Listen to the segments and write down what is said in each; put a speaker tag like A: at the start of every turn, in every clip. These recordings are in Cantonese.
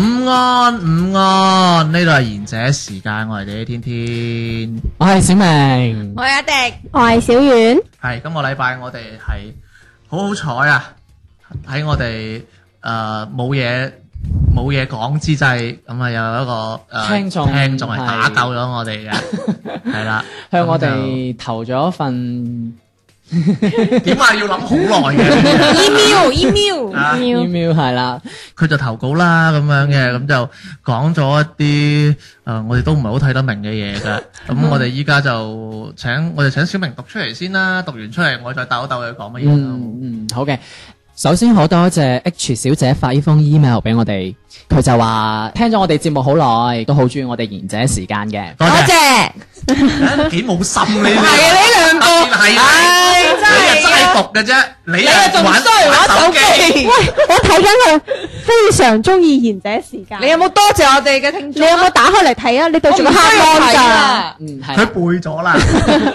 A: 午安，午安，呢度係賢者時間，我係李天天。
B: 我係小明，
C: 我一定
D: 我係小遠，
A: 係今個禮拜我哋係好好彩啊！喺我哋誒冇嘢冇嘢講之際，咁啊有一個誒、呃、
B: 聽眾
A: 聽眾係
B: 係
A: 打救咗我哋嘅， 係啦，
B: 向我
A: 咁
B: 哋投咗份
A: 就點解要諗好耐嘅？
C: email email
A: 啊
B: email 係啦，
A: 佢就投稿啦咁樣嘅，咁就講咗一啲誒、呃我哋都唔係好睇得明嘅嘢㗎。咁我哋依家就請我哋請小明讀出嚟先啦，讀完出嚟我再鬥一鬥佢講乜嘢啦。
B: 嗯嗯，好嘅。首先好多謝 H 小姐發呢封 email 俾我哋，佢就話聽咗我哋節目好耐，都好中意我哋賢者時間嘅。
A: 多
C: 多
A: 謝，
C: 謝，
A: 啊幾冇心你
C: 係啊
A: 哋，
C: 呢兩個，
A: 係啊，
C: 唉
A: 你啊
C: 真係
A: 齋
C: 啊，
A: 讀嘅啫，你
C: 你啊
A: 啊
C: 仲
A: 玩
C: 衰玩手
A: 機，
C: 機，
D: 我睇緊佢非常中意賢者時間。
C: 你有冇多謝我哋嘅聽
D: 你
C: 眾
D: 有
C: 啊？
D: 冇打開嚟睇啊？你對
C: 我
D: 住
C: 唔
D: 個黑
C: 需要
D: 安
C: 睇
D: 咋？
C: 啊！
B: 嗯，
A: 佢
B: 係。
A: 背咗啦，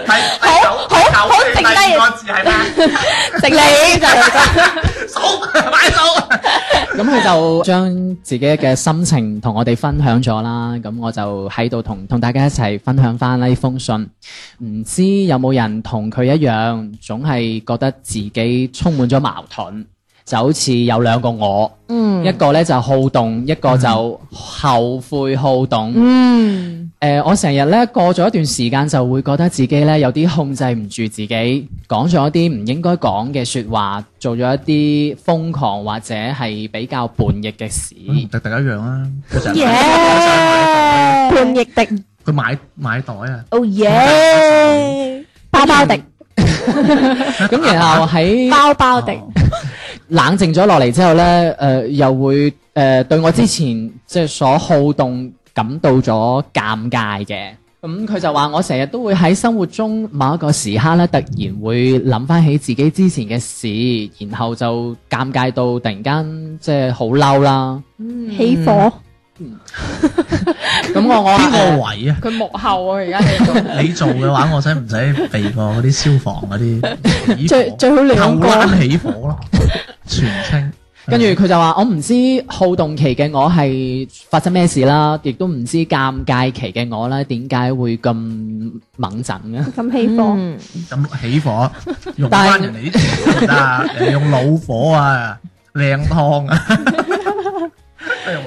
A: 係好
C: 好好
A: 第
C: 剩低
A: 二個字係咩？
C: 食你就係咁
A: 數買數。
B: 咁佢就將自己嘅心情同我哋分享咗啦。咁我就喺度同同大家一齊分享翻呢封信。唔知有冇人同佢一樣，總係覺得自己充滿咗矛盾，就好似有兩個我，
E: 嗯
B: 一個咧就好動，一個就後悔好動。
E: 嗯
B: 誒、呃我成日咧過咗一段時間就會覺得自己咧有啲控制唔住自己，講咗一啲唔應該講嘅説話，做咗一啲瘋狂或者係比較叛逆嘅事。
A: 嗯，特特一樣啦，佢成日買
D: 叛逆迪
A: 佢買買袋啊，
E: ，Oh yeah，
D: 包包迪
B: 咁、然後 喺
D: 包包迪，
B: 冷靜咗落嚟之後咧，誒、又會誒、對我之前即係所好動感到咗尷尬嘅。咁、佢就話我成日都會喺生活中某一個時刻咧，突然會諗翻起自己之前嘅事，然後就尷尬到突然間即係好嬲啦。
D: 起火
B: 咁我呃我
A: 邊
B: 誒
A: 個位啊？
C: 佢幕後啊，而家你做
A: 你做嘅話，我使唔使避過嗰啲消防嗰啲起火？
D: 最最好兩個
A: 後欄起火咯，全稱。
B: 跟住佢就話：我唔知好動期嘅我係發生咩事啦，亦都唔知尷尬期嘅我咧點解會咁猛震嘅。
D: 咁起火，
A: 咁起火，用
B: 但
A: 翻人哋啲錢得唔 得啊？人哋用老火啊，靚湯啊，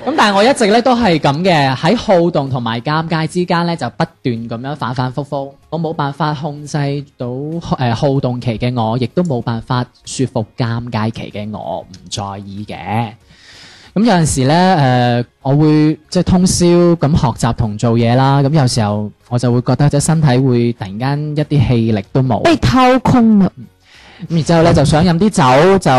B: 咁但係我一直咧都係咁嘅，喺好動同埋尷尬之間咧就不斷咁樣反反覆覆，我冇辦法控制到誒、呃好動期嘅我，亦都冇辦法說服尷尬期嘅我唔在意嘅。咁有陣時咧，誒、我會即係通宵咁學習同做嘢啦。咁有時候我就會覺得隻身體會突然間一啲氣力都冇。
D: 被掏空啦。
B: 咁然之後咧就想飲啲酒就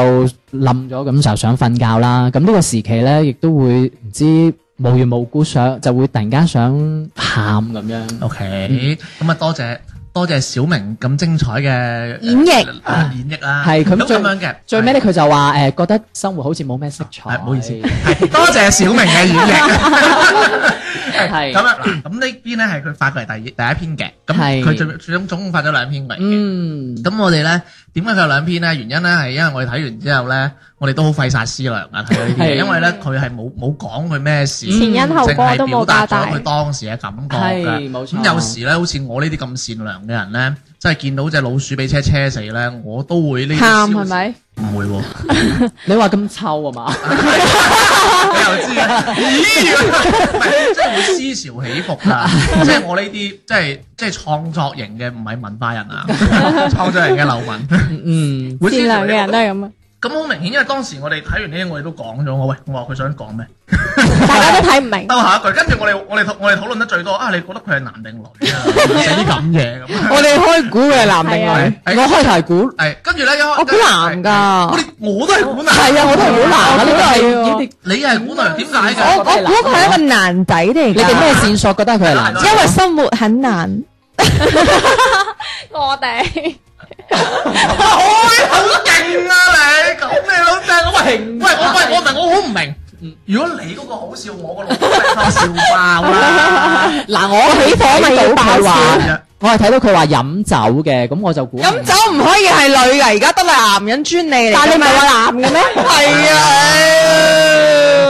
B: 冧咗，咁就想瞓覺啦。咁呢個時期咧，亦都會唔知無緣無故想，就會突然間想喊咁樣。
A: OK，咁啊多謝多謝小明咁精彩嘅演
D: 演繹
A: 演繹啦，
B: 係咁
A: 咁
B: 最
A: 咁樣嘅，
B: 最尾咧，佢就話誒、覺得生活好似冇咩色彩。
A: 係唔好意思係多謝小明嘅演 繹。
B: 係
A: 咁啊，嗱咁呢邊咧係佢發過嚟第二第一篇嘅，咁
B: 係
A: 佢最最終總共發咗兩篇嚟嘅。
B: 嗯，
A: 咁我哋咧點解佢有兩篇咧？原因咧係因為我哋睇完之後咧，我哋都好費晒思量啊！睇到呢啲嘢，
B: 係嗯
A: 因為咧佢係冇冇講佢咩事，
D: 前因後
A: 淨
D: 果
A: 係
D: 都
A: 表
D: 冇
A: 達
D: 交
A: 咗佢
D: 代，
A: 當時嘅感覺
B: 係
A: 嘅。
B: 冇錯。
A: 咁有時咧，好似我呢啲咁善良嘅人咧，真係見到只老鼠俾車車死咧，我都會呢啲
C: 喊
A: 消
C: 係咪？
A: 唔會喎，
B: 你話咁臭 啊嘛？
A: 你又知啊？咦，唔係即係會思潮起伏啊！即係我呢啲即係即係創作型嘅，唔係文化人啊， 創作型嘅流民，
B: 嗯，
A: 會思
D: 善
A: 潮
D: 良
A: 起伏
D: 嘅人都係咁啊。
A: 咁好明顯，因為當時我哋睇完呢，我哋都講咗，我喂，我話佢想講咩？
D: 大家都睇唔明。
A: 兜下一句，跟住我哋我哋討我哋討論得最多啊！你覺得佢係男定女啊？寫啲咁嘢咁。
B: 我哋开估嘅男定
A: 係啊
B: 女，我开題估
A: 係跟住咧，我
E: 我估男㗎
A: 我哋我都係估男。
B: 係啊，我都係估男
E: 我
B: 啊，
E: 估女
B: 你
E: 喎
B: 哋
A: 你係估男，點解
E: 我
A: 嘅？
E: 我估佢係一個男仔嚟
B: 你哋咩
E: 㗎，
B: 線索覺得佢係男？
A: 因
E: 因為生活很 難。
D: 我哋
A: 好勁啊！你講咩老正？喂喂，我喂我明，我好唔明。如果你嗰個好笑，我個老公係收笑爆啦。
B: 嗱，我起火咪
E: 要爆
A: 笑
B: 話，我係睇到佢話飲酒嘅，咁我就估係
C: 飲酒唔可以係女㗎，而家得係男人專利嚟㗎嘛。
D: 但你咪係話男嘅咩？
C: 係啊，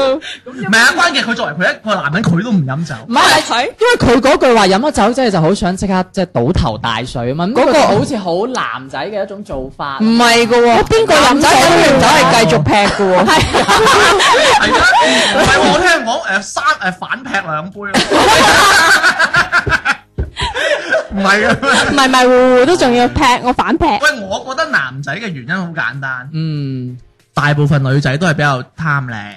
A: 唔係啊，關鍵佢作為佢一個男人，佢都唔飲酒。
B: 唔係，因為佢嗰句話飲咗酒之後就好想即刻即係倒頭大水啊嘛，嗰個好似好男仔嘅一種做法。哦
C: 唔係㗎喎，邊個飲酒飲完酒係繼續劈㗎喎。
A: 係啊，唔係喎我聽講誒三誒反劈 兩杯咯。唔係啊，
D: 迷迷糊糊都仲要劈，我反劈。
A: 喂，我覺得男仔嘅原因好簡單，
B: 嗯，
A: 大部分女仔都係比較貪靚嘅，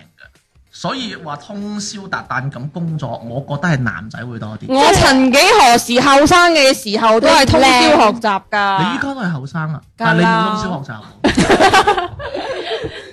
A: 所以話通宵達旦咁工作，我覺得係男仔會多啲。你
C: 我曾幾何時後生嘅時候都係通宵學習㗎
A: 依家。都係後生啊，
C: 梗係啦
A: 但係你唔通宵學習，啊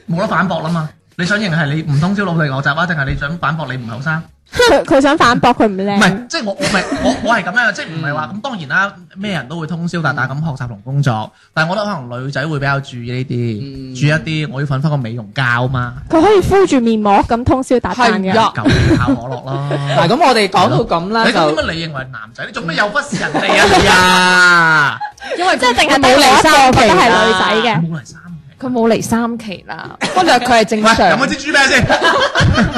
A: 冇得反駁啦嘛。你想認係你唔通宵努力學習啊，定係你想反駁你唔後生？
D: 佢佢想反駁，佢唔
A: 唔
D: 靚。
A: 係，即係我我咪我我係咁樣，即係唔係話
C: 嗯
A: 咁當然啦，咩人都會通宵達旦咁學習同工作，但係我覺得可能女仔會比較注意呢
B: 嗯
A: 啲，注意一啲我要瞓翻個美容覺嘛，
D: 佢可以敷住面膜咁通宵達旦
C: 係
D: 嘅
C: 啊。
A: 九點泡可 樂咯。
B: 嗱咁我哋講到咁啦，
A: 你咁
B: 就
A: 點解你認為係男仔？你做咩又忽視人哋啊你啊？
D: 因為即係淨係
E: 冇離三期
D: 覺得
E: 啦
D: 係女仔嘅。
A: 冇嚟三期，
E: 佢冇嚟三期啦，
C: 不過佢係正
A: 喂，
C: 常
A: 飲。咗支豬咩先？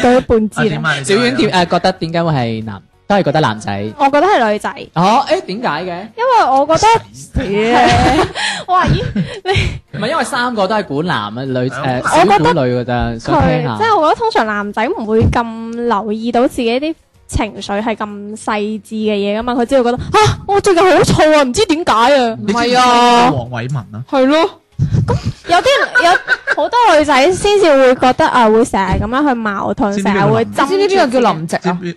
D: 對咗半
A: 啊
D: 支
A: 點
D: 啦。
A: 啊？你
B: 小
A: 點啊
B: 婉點誒覺得點解會係男？都係覺得男仔。
D: 我覺得係女仔，因
B: 哦，誒點解
D: 為我覺得，我話咦，
B: 嘅？唔係因為三個都係估男啊，女誒
A: 我
B: 少估女㗎咋，想聽
D: 佢
B: 下
D: 即。係我覺得通常男仔唔會咁留意到自己啲情緒係咁細緻嘅嘢噶嘛，佢只會覺得啊，我最近好燥啊，唔知點 解啊，
A: 你知唔知
C: 唔係啊
A: 黃偉文啊，
C: 係咯，
D: 有啲有好多女仔先至會覺得啊，會成日咁樣去矛盾，
A: 知唔知
D: 成日會
A: 邊
D: 針
A: 個
C: 你知唔知邊個叫林夕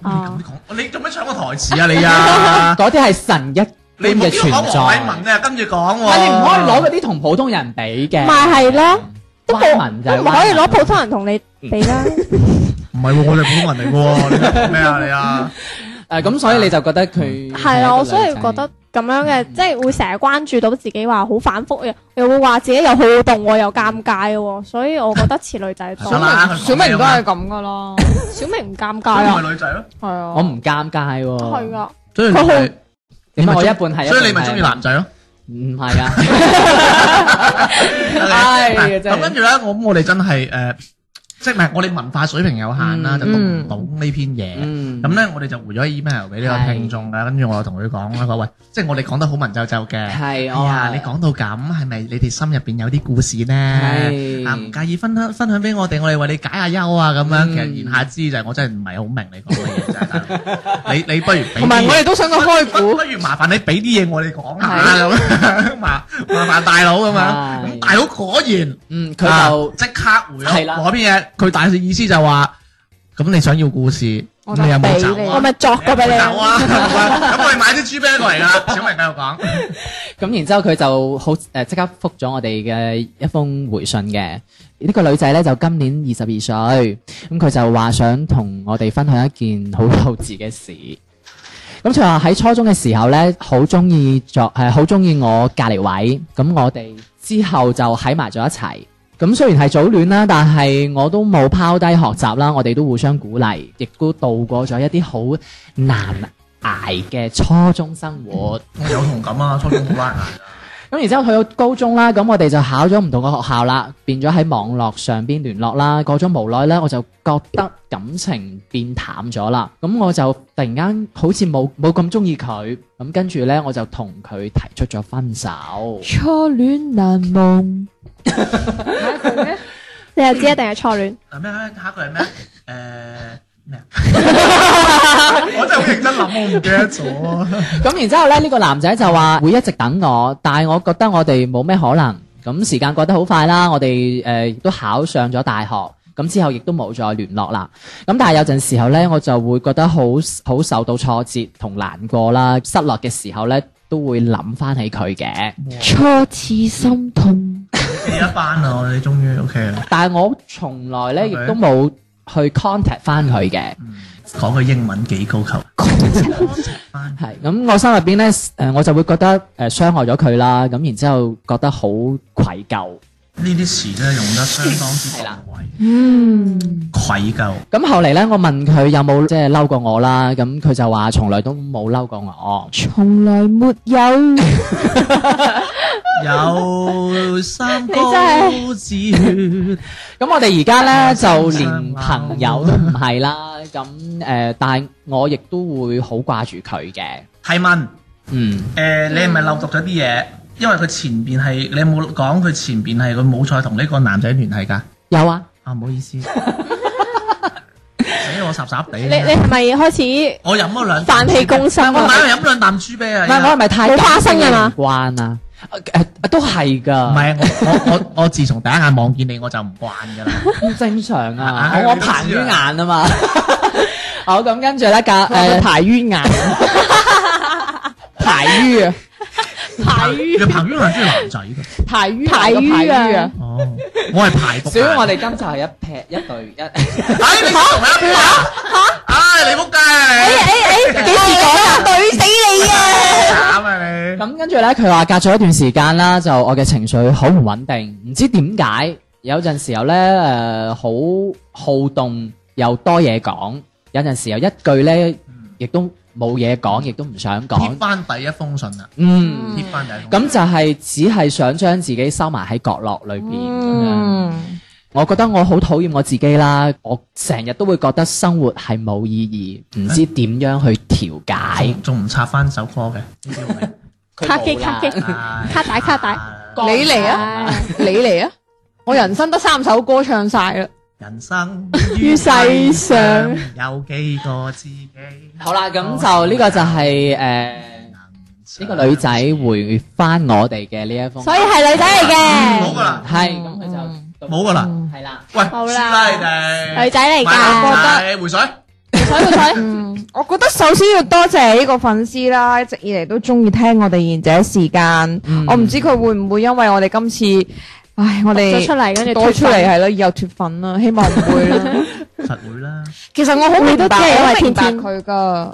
E: Ờ.
A: 知唔
C: 啊？
A: 知？你咁
D: 啊
A: 講，你做咩搶我台詞啊你啊？
B: 嗰啲係神一
A: 你
B: 般嘅
A: 冇叫
B: 存
A: 我黃偉
B: 在。
A: 文啊，跟住講
B: 但
A: 喎。
B: 你唔可以攞嗰啲同普通人比嘅。
D: 咪係咯，都冇
B: 歪文就
D: 都
B: 係
D: 唔
B: 歪
D: 可以攞
B: 文
D: 普通人同你比啦。
B: 嗯
A: 唔係喎，我哋普通人嚟喎，你講咩啊你啊？
B: 誒咁，所以你就覺得佢
D: 係啦，我所以覺
B: 覺
D: 得咁樣嘅，即係會成日關注到自己話好反覆，又又會話自己又好動喎，又尷尬喎，所以我覺得似女仔多
A: 想。啦佢講
C: 小明
A: 咩
C: 都
A: 啊
C: 係咁噶啦，
D: 小明唔尷尬
A: 所以
D: 啊，
A: 咪女仔咯，
C: 係啊。
B: 我唔尷尬喎。
D: 係啊
E: 哦
D: 噶，
A: 所以
D: 佢好
A: 咪
B: 點解我一半係，一
A: 所以你
B: 半
A: 咪
B: 係
A: 中意男仔咯。
B: 唔係啊？
A: 係
B: 唉真係
A: 咁跟住咧，我咁我哋真係誒，即係唔係我哋文化水平有限啦，
B: 嗯
A: 就讀唔到呢篇嘢。
B: 嗯，
A: 咁咧，我哋就回咗 email 俾呢個聽眾啦。跟住我又同佢講啦，佢話喂，即係我哋講得好文縐縐嘅。
B: 係我
A: 哎呀，
B: 話
A: 你講到咁，係咪你哋心入邊有啲故事呢？
B: 係
A: 啊，唔介意分享分享俾我哋，我哋為你解下憂啊咁樣。
B: 嗯
A: 其實言下之意就係我真係唔係好明你講嘅 嘢，真係大佬。你你不如俾
C: 同埋
A: 啲
C: 我哋都想個開
A: 不
C: 估
A: 不，如麻煩你俾啲嘢我哋講下
C: 係
A: 咁，麻麻煩大佬咁
B: 係
A: 樣。咁大佬果然
B: 嗯，佢就
A: 啊即刻回
B: 係
A: 咗
B: 啦
A: 嗰篇嘢，佢大致意思就話：咁你想要故事，
C: 我
A: 咁你有冇
C: 就俾
A: 走
C: 你
D: 我
A: 啊？
D: 咪作過俾你
A: 有
D: 啊。
A: 冇走啊！咁我哋買啲豬啤過嚟啦。小明繼續講，
B: 咁然之後佢就好誒即、刻覆咗我哋嘅一封回信嘅。呢、個女仔呢，就今年二十二歲，咁佢就話想同我哋分享一件好幼稚嘅事。咁佢話喺初中嘅時候呢，好中意作誒好中意我隔離位，咁我哋之後就喺埋咗一齊。咁雖然係早戀啦，但係我都冇拋低學習啦，我哋都互相鼓勵，亦都度過咗一啲好難捱嘅初中生活。
A: 我有同感啊，初中好難 捱㗎。
B: 咁然之後去到高中啦，咁我哋就考咗唔同嘅學校啦，變咗喺網絡上邊聯絡啦。過咗無耐咧，我就覺得感情變淡咗啦。咁我就突然間好似冇冇咁中意佢，咁跟住咧我就同佢提出咗分手。
E: 初戀難夢。
D: 你又知一定係初戀，
A: 嗱咩？下一句係咩？誒咩啊？我真係好認真諗，我唔記得咗。
B: 咁然之後咧，呢、個男仔就話會一直等我，但係我覺呃得我哋冇咩可能。咁時間過得好快啦，我哋誒亦都考上咗大學。咁之後亦都冇再聯絡啦。咁但係有陣時候咧，我就會覺得好好受到挫折同難過啦，失落嘅時候咧，都會諗翻起佢嘅。
E: 初次心痛，
A: 記一班啦，我哋終於 OK 啦，
B: 但係我從來咧亦
A: Okay
B: 都冇去 contact 翻佢嘅。
A: 講佢英文幾高級，
B: 係咁，我心入邊咧，誒、我就會覺得誒、傷害咗佢啦，咁然之後覺得好愧疚。
A: 呢啲詞咧用得相當之到位，
E: 嗯，
A: 愧疚。
B: 咁後嚟咧，我問佢有冇即係嬲過我啦，咁佢就話從來都冇嬲過我。
E: 從來沒有，
A: 有三高子
B: 咁我哋而家咧就
A: 哇
B: 連朋友都唔係啦，咁誒、但係我亦都會好掛住佢嘅。
A: 提問，
B: 嗯，
A: 誒、你係咪漏讀咗啲嘢？因為佢前邊係你有冇講佢前邊係佢冇再同呢個男仔聯繫㗎？
B: 有啊，
A: 啊，唔好意思，死我霎霎地。
D: 你你係咪開始
A: 我飲咗兩啖
D: 泛起攻心
A: 我
D: 啊？
A: 買飲兩啖豬啤啊！
B: 唔係我係咪太
D: 冇花生㗎嘛
B: 唔慣啊？誒、都係
A: 唔
B: 㗎，
A: 係啊我我我我自從第一眼望見你我就唔慣㗎啦。
B: 唔正常啊！
A: 唉
B: 我我
A: 你都知啊
B: 彭于晏啊嘛。 好，咁跟住咧，隔誒
E: 排冤 眼，
B: 排於啊。
D: 排
A: 你彭于晏中意男仔㗎？
E: 排冤
D: 排
E: 排
D: 於啊
E: 啊，
A: 哦，我係排毒。
B: 所以我哋今集係一劈一對一。
A: 唉，你同我一樣唉，你仆街啊
D: 幾時講啊？懟死你啊！
A: 你！慘啊你！
B: 咁跟住咧，佢話隔咗一段時間啦，就我嘅情緒好唔穩定，唔知點解有陣時候咧誒、呃好好動又多嘢講，有陣時候一句咧亦都冇嘢講，亦都唔想講
A: 貼。翻第一封信啦，
B: 嗯，
A: 貼翻第一封信。
B: 咁就係只係想將自己收埋喺角落裏邊咁樣。
E: 嗯，
B: 我覺得我好討厭我自己啦，我成日都會覺得生活係冇意義，唔知點樣去調解。
A: 仲仲唔插翻首歌嘅？
B: 佢
D: 卡機
B: 冇啦
D: 卡機卡帶卡帶
A: 帶
E: 你嚟啊，
D: 唉
E: 你嚟啊，我人生得三首歌唱晒啦，
A: 人 生
D: 於世上
A: 有幾個自己？
B: 好啦，咁就呢個就係誒呢個女仔回翻我哋嘅呢一封，
D: 所以係女仔嚟
A: 冇
D: 嘅，
A: 噶啦，
B: 係咁佢就
A: 冇噶啦，
B: 係啦，
A: 喂，
D: 好啦
A: 輸啦你哋，
D: 女仔嚟㗎，
A: 㗎，回水。
D: 所以佢
E: 嗯，我覺得首先要多謝呢個粉絲啦，一直以嚟都中意聽我哋賢者時間，
B: 嗯
E: 我唔知佢會唔會因為我哋今次，唉，我
D: 咗出
E: 哋
D: 嚟，跟住
E: 多出
D: 脫
E: 嚟
D: 粉
E: 係咯，以後脱粉啦，希望唔會啦。
A: 實會啦，
E: 其實我好
D: 你
E: 明
D: 都
E: 白，
D: 知係因為
E: 我明白
D: 天天
E: 佢 噶，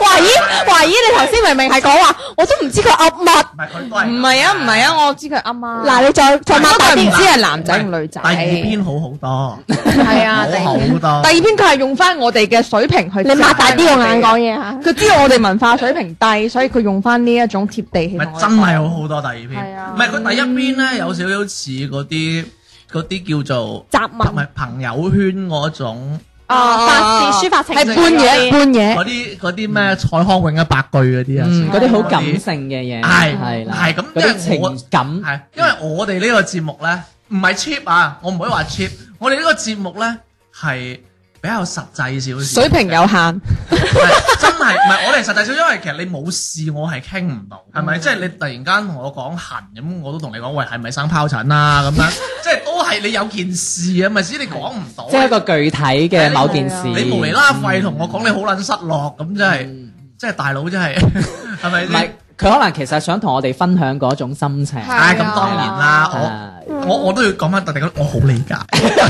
D: 華姨，華姨，你頭先明明係講
E: à.
D: 話，我都唔知佢噏乜。
A: 唔係佢都係
E: 唔係啊，唔係啊，我知佢啱啊。
D: 嗱，你再再
E: 不
D: 擘
E: 過
D: 大
E: 佢唔
D: 啲，
E: 知係男仔定女
A: 第
E: 仔。
A: 二篇好好多，
E: 係啊，第
A: 好
E: 二
A: 好
E: 篇，
A: 多。
E: 第二篇佢係用翻我哋嘅水平去。
D: 你擘大啲個眼講
E: 講，
D: 嘢嚇。
E: 佢知道我哋文化水平低，所以佢用翻呢一種貼地氣
A: 唔
E: 同
A: 係
E: 我哋講。
A: 真係好好多第二
E: 係啊
A: 篇，唔係佢第一篇咧有少少似嗰啲嗰啲叫做
D: 雜文
A: 唔係朋友圈嗰種
E: 哦
D: 啊發泄抒發情緒
E: 係半夜，半夜
A: 嗰啲嗰啲咩蔡康永一百句嗰啲啊，
B: 嗯嗰啲好感
A: 嗰啲
B: 性嘅嘢，
A: 係
B: 係啦，
A: 係咁
B: 嗰啲
A: 因為我
B: 情感，
A: 係，因為我哋呢個節目咧，唔係 cheap 啊，我唔可以話 cheap，我哋呢個節目咧係比較實際少少，
E: 水平有限，
A: 係真係唔係我哋實際少，因為其實你冇事，我係傾唔到，係咪？
E: 嗯
A: 即係你突然間同我講痕咁，我都同你講喂，係咪生疱疹啊咁樣，即係都係你有件事啊，咪只你講唔到，啊
B: 即係一個具體嘅某件
E: 嗯
B: 事。
A: 你無厘啦廢同我講你好撚失落咁，真係即係大佬真係 係咪
B: 唔係
A: 先？
B: 佢可能其實想同我哋分享嗰種心情，
E: 係啊
A: 唉，咁當然啦，我。
B: 係
A: 我我都要講翻特定嗰，我好理 解，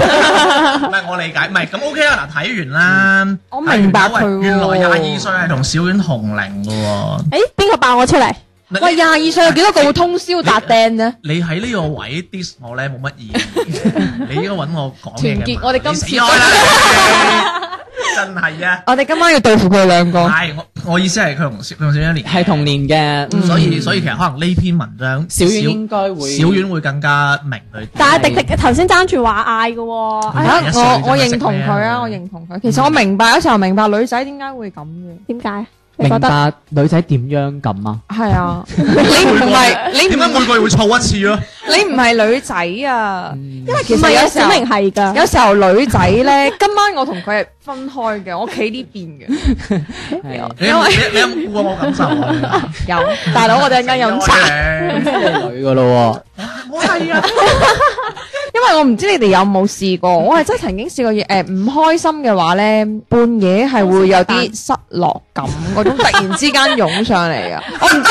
A: 唔係我理解，唔係咁 OK 啦。嗱，睇完啦，
E: 嗯我明白
A: 睇完啦
E: 佢
A: 喂原
E: 喎
A: 來廿二歲係同小丸同齡嘅喎。
D: 誒，邊個爆我出嚟？
A: 嗱
E: 喂，廿二歲有幾多個會通宵 達釘呢？
A: 你喺呢個位 dis 我咧冇乜意義， 你應該揾我講嘢嘅
E: 團
A: 嘛。
E: 結我哋今次
A: 你死開啦， 真係啊！
E: 我哋今晚要對付佢兩個。
A: 係我我意思係佢同小佢同小丸一年，
B: 係同年嘅，嗯
A: 所以所以其實可能呢篇文章
B: 小婉應該會
A: 小丸會更加明佢啲。
D: 但係迪迪頭先爭住話嗌嘅喎，
A: 嗯
D: 哎
E: 啊
A: 廿一！歲
E: 我我
A: 就識
E: 認同
A: 咩
E: 佢啊，我認同佢。其實我明白，有時候明白女仔點解會咁嘅。
D: 點解？你覺
B: 明
D: 得
B: 白女仔點樣咁啊？
E: 係啊，你唔係你
A: 點
E: 唔
A: 解每個月會燥一次啊？
E: 你唔係女仔啊，因為其
D: 唔
E: 實
D: 係
E: 有
D: 啊？
E: 時
D: 小
E: 候
D: 明係㗎，
E: 有時候女仔咧， 今晚我同佢係分開嘅，我企呢邊嘅。
B: 係
A: 你有你有冇顧過我感受啊？
E: 有 大佬，我哋陣間飲茶，
A: 茶。哎
B: 即係女噶咯喎。
A: 我係啊，
E: 因因為我唔知你哋有冇試過，我係真係曾經試過诶唔開心嘅話咧，半夜係會有啲失落感，嗰種突然之間湧上嚟啊！我唔知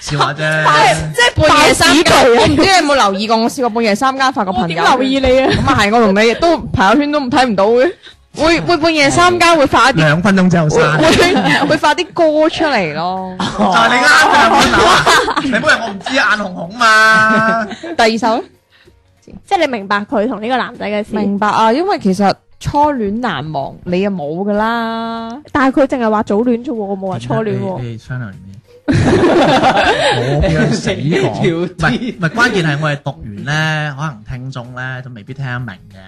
A: 笑話啫。
E: 即係半夜三更，啊我唔知你有冇留意過，我試過半夜三更發個
D: 我
E: 朋
D: 點
E: 友
D: 留意你啊？
E: 咁啊係，我同你都朋友圈都睇唔到嘅，會會半夜三更會發一啲
A: 兩分鐘之後
E: 會
A: 散，
E: 會會發啲歌出嚟咯。
A: 就係你啱嘅兩分鐘啊！你冇人我唔知眼紅紅嘛。
E: 第二首咧
D: 即係你明白佢同呢個男仔嘅事，
E: 明白啊，因為其實初戀難忘，你又冇噶啦。
D: 但係佢淨係話早戀啫喎，我冇話初戀喎。
A: 你你商量啲。我叫佢死講，唔係唔係，關鍵係我哋讀完咧，可能聽眾咧都未必聽得明嘅。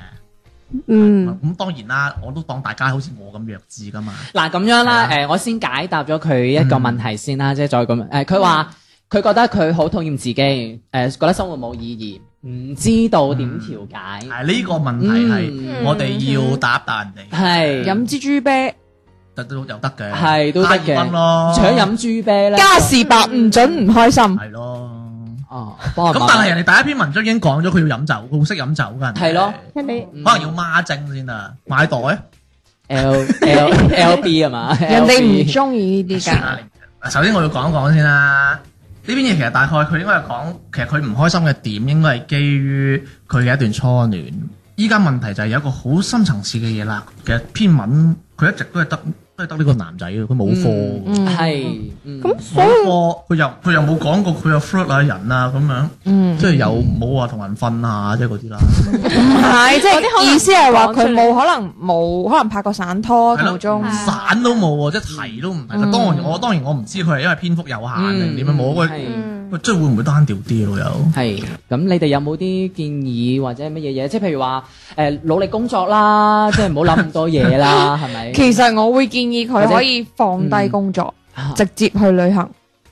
E: Ừ.
D: 嗯，
A: 咁當然啦，我都當大家好似我咁弱智噶嘛。
B: 嗱咁樣啦，
A: 係啊
B: 誒我先解答咗佢一個問題先啦，即係再咁誒，佢話佢覺得佢好討厭自己，誒覺得生活冇意義，唔知道點調解，
A: 係呢個問題係
B: 嗯
A: 我哋要答答人哋，
B: 係
E: 飲蜘蛛啤，
A: 得都有得嘅，
B: 係都得嘅
A: 哈爾濱咯，
B: 除咗飲豬啤咧，
E: 加士伯唔准唔開心。
A: 係咯。
B: 哦，幫我
A: 咁但係
B: 問
A: 人哋第一篇文章已經講咗佢要飲酒，佢好識飲酒噶。
B: 係咯
D: 人哋
A: 可能要孖精先啊，買袋。
B: L L L B 係嘛？
E: 人哋唔
B: LB
E: 中意呢啲㗎，
A: 首先我要講一講先啦。呢邊嘢其實大概佢應該係講，其實佢唔開心嘅點應該係基於佢嘅一段初戀。依家問題就係有一個好深層次嘅嘢啦。其實篇文佢一直都係得都係得呢個男仔嘅，佢冇
B: 嗯
A: 貨，
B: 係嗯
D: 咁所
A: 冇
D: 以
A: 貨，佢又佢又冇講過佢有 flirt 啊人啊咁樣，
E: 嗯，
A: 即係有冇話同人瞓啊，即係嗰啲啦。
E: 唔係，即
D: 嗰啲可
E: 係
D: 能
E: 意思係話佢
D: 唔
E: 冇可能冇可能拍過散拖
A: 係
E: 途
A: 咯
E: 中，
D: 係
A: 散都冇喎，即係提都唔提。
E: 啊嗯
A: 當然我當然我唔知佢係因為篇幅有限定點樣冇佢。
B: 係
D: 嗯，
A: 喂，即係會唔會單調啲咯？又
B: 係，咁你哋有冇啲建議或者乜嘢嘢？即係譬如話，誒、努力工作啦，即係唔好諗咁多嘢啦，係咪？
E: 其實我會建議佢可以放低工作，直接去旅行。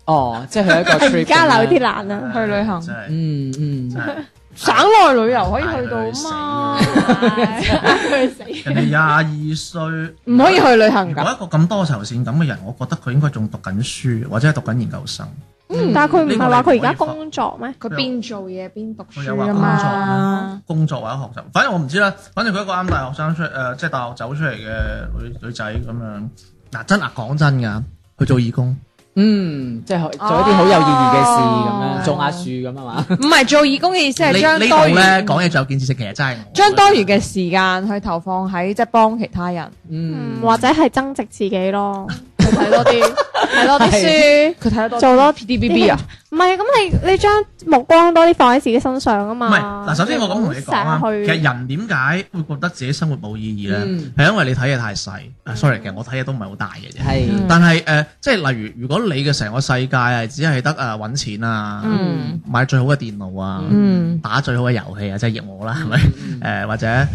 B: 哦，即係去一個 trip
D: 而家
B: 咁樣
D: 有啲難啊，
E: 去旅行
A: 真係
B: 嗯嗯，
E: 省內旅遊可以去
D: 哦
E: 到嘛？
D: 佢死。
A: 人哋廿二歲，
E: 唔可以去旅行
A: 如果
E: 㗎，
A: 一個咁多愁善感嘅人，我覺得佢應該仲讀緊書，或者係讀緊研究生。
D: 嗯但係佢唔係話佢而家工作咩？
E: 佢邊做嘢邊讀
A: 佢有話
E: 書啊
A: 工
E: 嘛
A: 作。工作或者學習，反正我唔知啦。反正佢一個啱大學生出誒、呃即係大學走出嚟嘅女女仔咁樣。嗱、真啊，講真㗎，去做義工，
B: 嗯，即係做一啲好有意義嘅事咁
E: 哦
B: 樣，種下樹咁啊嘛。
E: 唔係做義工嘅意思係將
A: 呢呢
E: 多
A: 度咧
E: 餘
A: 講嘢就有建設性，其實真係我
E: 將多餘嘅時間去投放喺即係幫其他人。
B: 嗯
D: 嗯，，或者係增值自己咯，去睇多啲，睇多啲書。
E: 佢睇得多
D: 做多
E: PDBB 啊，
D: 唔係咁，你你將目光多啲放喺自己身上啊
A: 唔
D: 嘛。
A: 係嗱，首先我咁同你講啊，
D: 成日
A: 其
D: 去
A: 實人點解會覺得自己生活冇意義咧？
B: 嗯
A: 係因為你睇嘢太細。啊 sorry，其實我睇嘢都唔係好大嘅啫。
E: 嗯
B: 係，
A: 但係誒、呃即係例如，如果你嘅成個世界係只係得誒揾錢啊，
E: 嗯
A: 買最好嘅電腦啊，
E: 嗯，
A: 打最好嘅遊戲啊，即係益我啦，係咪？
B: 嗯
A: 誒、或者誒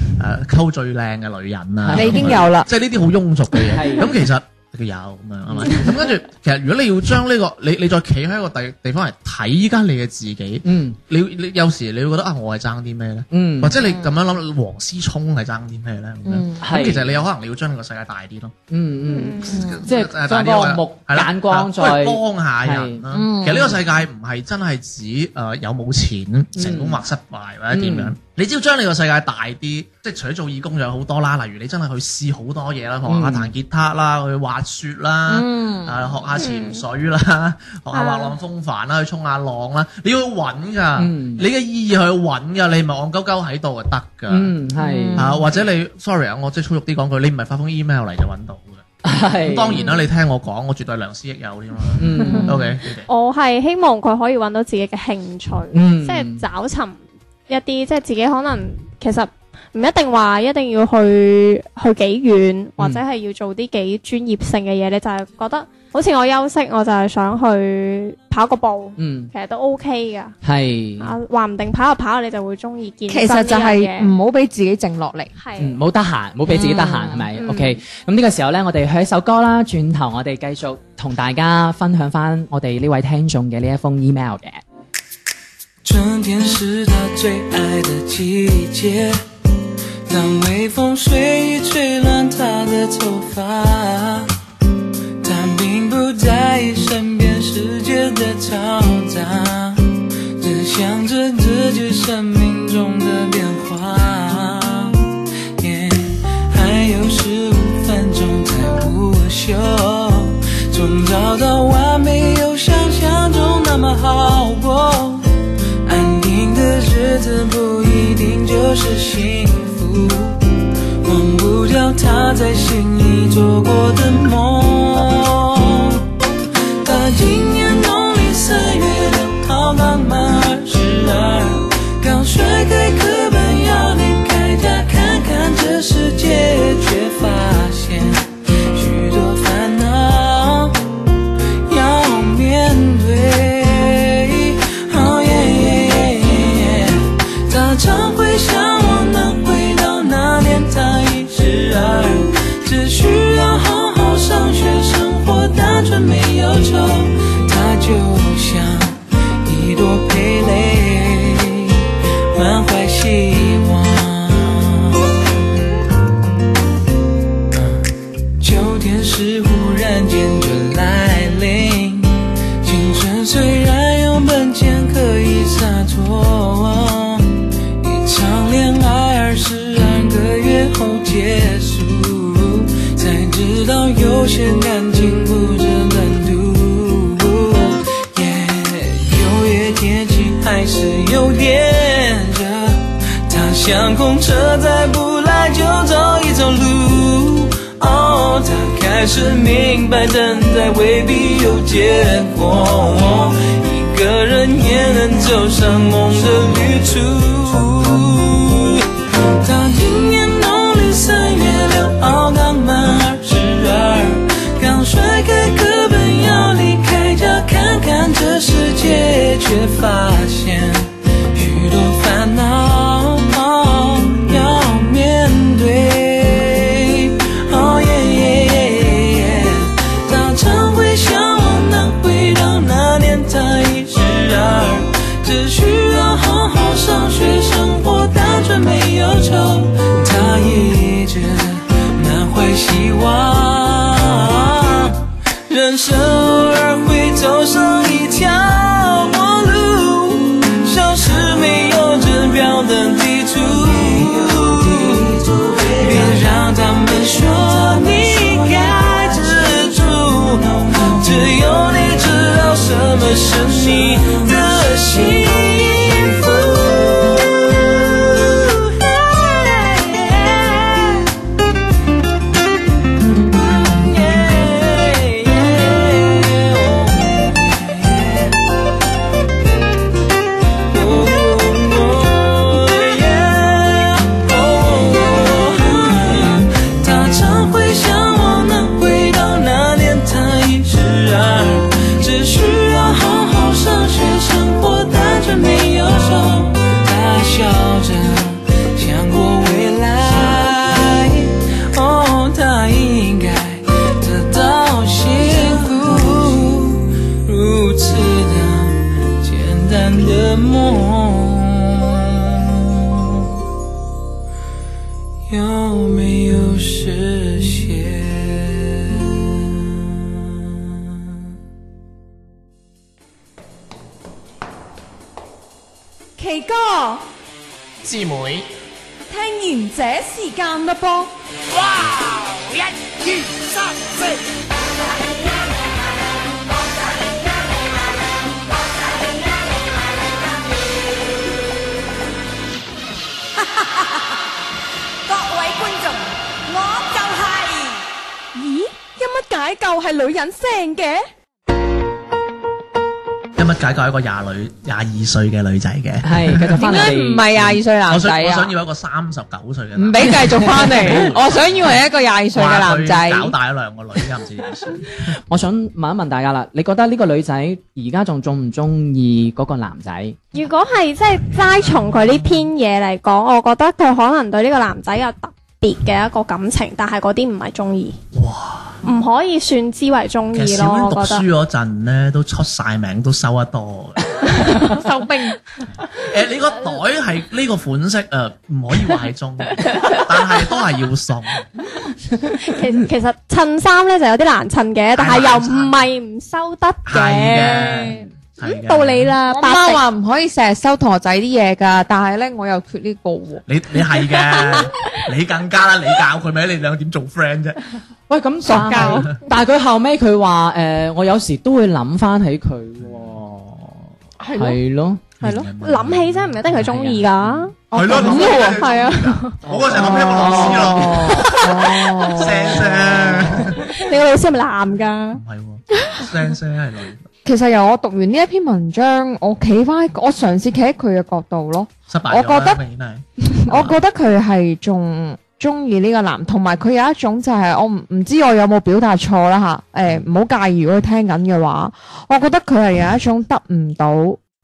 A: 溝、最靚嘅女人啊，
E: 你已經
A: 咁樣
E: 有啦，
A: 即係呢啲好庸俗嘅嘢。
B: 係
A: 咁其實佢有咁樣係
E: 嗯
A: 咪？咁跟住，其實如果你要將呢、個你你再企喺一個地地方嚟睇依家你嘅自己，
B: 嗯
A: 你你有時你會覺得啊，我係爭啲咩咧？
B: 嗯
A: 或，者你咁樣諗，黃思聰係爭啲咩咧？咁樣
E: 嗯
A: 咁
B: 係
A: 其實你有可能你要將你個世界大啲咯。
B: 嗯嗯，
D: 嗯
B: 即係將嗰個目
A: 係啦
B: 眼光
A: 係
B: 再
A: 啦都係幫下人啦。
E: 嗯
A: 其實呢個世界唔係真係指誒有冇錢成功或失敗或者點樣
B: 嗯，
A: 你只要將你個世界大啲，即係除咗做義工仲有好多啦，例如你真係去試好多嘢啦，學下
B: 嗯
A: 彈吉他啦，去滑雪啦。
E: 嗯
A: 啊，學下潛水啦，
B: 啊
A: 學下滑浪風帆啦，去衝下浪啦，你要去揾噶，
B: 嗯
A: 你嘅意義去揾噶，你唔係戇鳩鳩喺度就得噶。
B: 嗯係
A: 啊，或者你，sorry 啊，我即係粗俗啲講句，你唔係發封 email 嚟就揾到嘅。咁
B: 係，
A: 當然啦，你聽我講，我絕對係良師益友添嘛。
B: 嗯
A: OK，
D: 我係希望佢可以揾到自己嘅興趣，
B: 嗯
D: 即係找尋一啲即係自己可能其實唔一定話一定要去去幾遠，
A: 嗯
D: 或者係要做啲幾專業性嘅嘢，你就係覺得好似我休息，我就係想去跑個步，
B: 嗯
D: 其實都 OK 噶。
A: 嗯
B: 係，
D: 啊，話唔定跑下跑下你就會中意健
E: 其實
D: 身
E: 就
D: 呢樣
E: 係
D: 嘢
E: 唔好俾自己靜落嚟。
B: 嗯，
D: 係
B: 冇得閒，冇俾自己得閒，係咪
D: 嗯
B: ？OK，咁呢個時候呢，我哋去一首歌啦，轉頭我哋繼續同大家分享翻我哋呢位聽眾嘅呢一封 email 嘅。
F: 春天是他最爱的季节，当微风随意吹乱他的头发，他并不在意身边世界的嘈杂，只想着自自己生命中的变化。y 还有十五分钟才午休，从早到晚没有想象中那么好过。安定的日子不一定就是幸福，忘不掉他在心里做过的梦。到今年农历三月六号刚满二十二，刚甩开课本要离开家看看这世界，却发现许多烦恼要面对。哦耶耶耶耶耶！他常会想我能回到那年他一十二，只需要好好上学，生活单纯没忧愁，他就像一朵蓓蕾，满怀希望。秋天是忽然间就来临，青春虽然有本钱可以洒脱，一场恋爱二十二个月后结束，才知道有些感情不值得赌。有夜天气还是有点热，他像公车再不来就走一走路。哦，他开始明白等待未必有结果，一个人也能走上梦的旅途。到今年农历三月六号刚满二十二，刚甩开课本要离开家看看这世界，却发现许多烦恼。要面对。哦耶耶耶耶！他常会向往能回到那年他一十二，只需要好好上学，生活单纯没忧愁。他一直满怀希望，人生偶尔会走上一条陌路，像是没有指标的地图。别让他们说你该知足，只有你知道什么是你的幸福。他常会向往能回到那年他一十二，只需要好好上学，生活单纯没忧愁。他笑着想过未来，哦，他应该得到幸福，如此的简单的梦。有没有实现？
C: 奇哥，
G: 師妹，
C: 聽完這時間嘞噃。各位觀眾，我就係、咦？有乜解救係女人聲嘅？
A: 一乜解救一個廿女廿二歲嘅女仔嘅。
B: 係繼續翻嚟我
E: 點解唔
D: 啊
B: 哋。
E: 係廿二歲
A: 我
E: 男仔
A: 想我想
E: 啊？
A: 要一個三十九歲嘅
E: 唔
A: 男仔，
E: 俾繼續翻嚟，我想要係一個廿二歲嘅
A: 話
E: 男
A: 佢
E: 仔。
A: 搞大咗兩個女，而家唔知幾 歲。
B: 我想問一問大家啦，你覺得呢個女仔而家仲中唔中意嗰個男仔？
D: 如果係即係齋從佢呢篇嘢嚟講，我覺得佢可能對呢個男仔有特別嘅一個感情，但係嗰啲唔係中意。哇！唔可以算之為中
A: 其實
D: 意
A: 小
D: 咯，
A: 英
D: 我
A: 讀
D: 覺得
A: 書。嗰陣咧，都出晒名，都收得多嘅。
E: 收兵，
A: 誒，你個袋 係呢個款式誒，唔可以話係中意，但係都係要送。
D: 其其實襯衫咧就有啲難襯嘅，但係又唔係唔收得
A: 係
D: 嘅。
A: 嘅，係
D: 嗯
A: 嘅
D: 到你啦，
E: 我
D: 八
E: 媽
D: 成
E: 話唔可以成日收同學仔啲嘢㗎，但係咧我又缺呢個喎。
A: 你你 係嘅，你更加啦，你教佢咪，你兩點做 friend 啫？
B: 喂，咁
E: 塑膠
B: 但係但係佢後尾佢話诶，誒我有時都會諗翻起佢喎，
D: 係咯
B: 係咯，
D: 係咯，諗起真係唔一定係中意㗎。
A: 嗯係啊咯，諗起
D: 喎，
A: 真係
D: 係啊，
A: 我嗰陣諗起我老師咯，
E: 哦，
A: 聲聲
D: 你個老師係咪男㗎？
A: 唔係喎，聲聲 係女，
E: 其實由我讀完呢一篇文章，我企翻，我嘗試企喺佢嘅角度咯。
A: 失敗
E: 我
A: 咗
E: 覺
A: 啦，
E: 得
A: 明顯係。
E: 我覺得佢係仲中意呢個男，同埋佢有一種就係我唔唔知我有冇表達錯啦吓，誒唔好介意，如果佢聽緊嘅話，我覺得佢係有一種得唔到，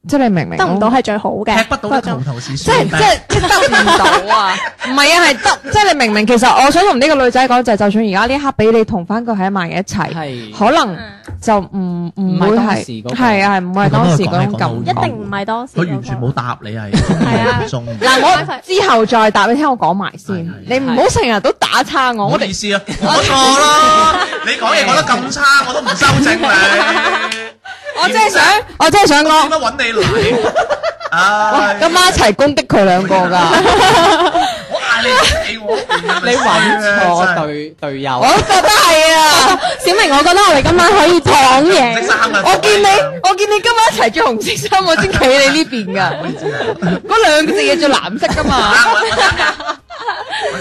E: 即係你明唔明？
D: 得唔到。係最好 嘅，
A: 踢不到的頭頭是
E: 即係
A: 算，
E: 即係即係得唔到啊！唔係啊，係得即係你明唔明？其實我想同呢個女仔講就係，就算而家呢一刻俾你同翻佢喺埋一齊，
B: 係
E: 可能
D: 嗯
E: 就唔唔
B: 唔係
E: 會
B: 當
E: 係
B: 時嗰個
E: 係啊，係唔係當時嗰種感
D: 一
E: 覺？
D: 定唔係多時
A: 佢
D: 嗰個。
A: 完全冇答 你係中意唔中意。
E: 嗱，我之後再答你，聽我講埋先
A: 係係。
E: 你唔好成日都打岔我，
A: 唔
E: 我
A: 好
E: 哋
A: 意思啊，我 錯啦，你講嘢講得咁差，我都唔修正 你。
E: 我真係想，我真係想
A: 點
E: 講，
A: 解揾你嚟？
E: 喂
A: 唉，
E: 今晚一齊攻擊佢兩個㗎。
A: 我嗌你你我，
B: 你揾錯
A: 真係
B: 隊隊友
E: 我，都覺得係啊，
D: 小明，我覺得我哋今晚可以躺
A: 你
D: 贏。
A: 三個人
E: 我見你，我見你今晚一齊着紅色衫，我先企你呢邊㗎。啊嗰兩隻嘢着藍色㗎嘛。
A: 我睇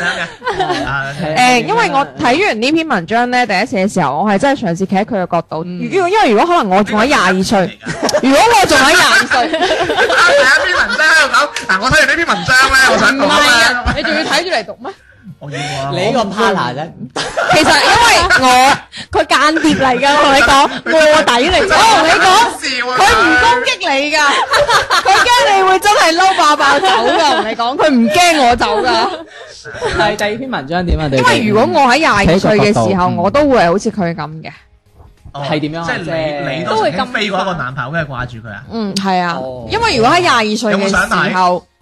A: 嘅，啊
B: 係
E: 誒、因為我睇完呢篇文章咧，第一次嘅時候，我係真係嘗試企喺佢嘅角度。如果因為如果可能我仲喺廿二歲，如果嗯我啊仲喺廿二歲，
A: 啱第一篇文章喺度講，嗱我睇完呢篇文章咧，我想
E: 唔
A: 講
E: 係
A: 咧
E: 啊，，你仲要睇住嚟讀咩？
A: 我要啊，
B: 你個 partner 啫，
E: 其實因為我
D: 佢間諜嚟㗎，我同你講，卧底嚟
E: 我
D: 㗎。
E: 同哦你講，
A: 講，
E: 佢唔攻擊你 㗎，佢驚你會真係嬲爆爆走㗎。我同你講，佢唔驚我走㗎。
B: 係第二篇文章點啊？你哋
E: 因為如果我喺廿二歲嘅時候，
B: 嗯
E: 我都會係好似佢咁嘅。
A: 哦
B: 係點樣啊
A: 即係你你都
D: 都
A: 曾
D: 會
A: 經
D: 咁
A: 飛過一個
D: 快
A: 男朋友，跟住掛住佢啊？
E: 嗯，係啊
B: 哦，
E: 因為如果喺廿二歲
A: 有冇想
E: 嘅
A: 買
E: 時候，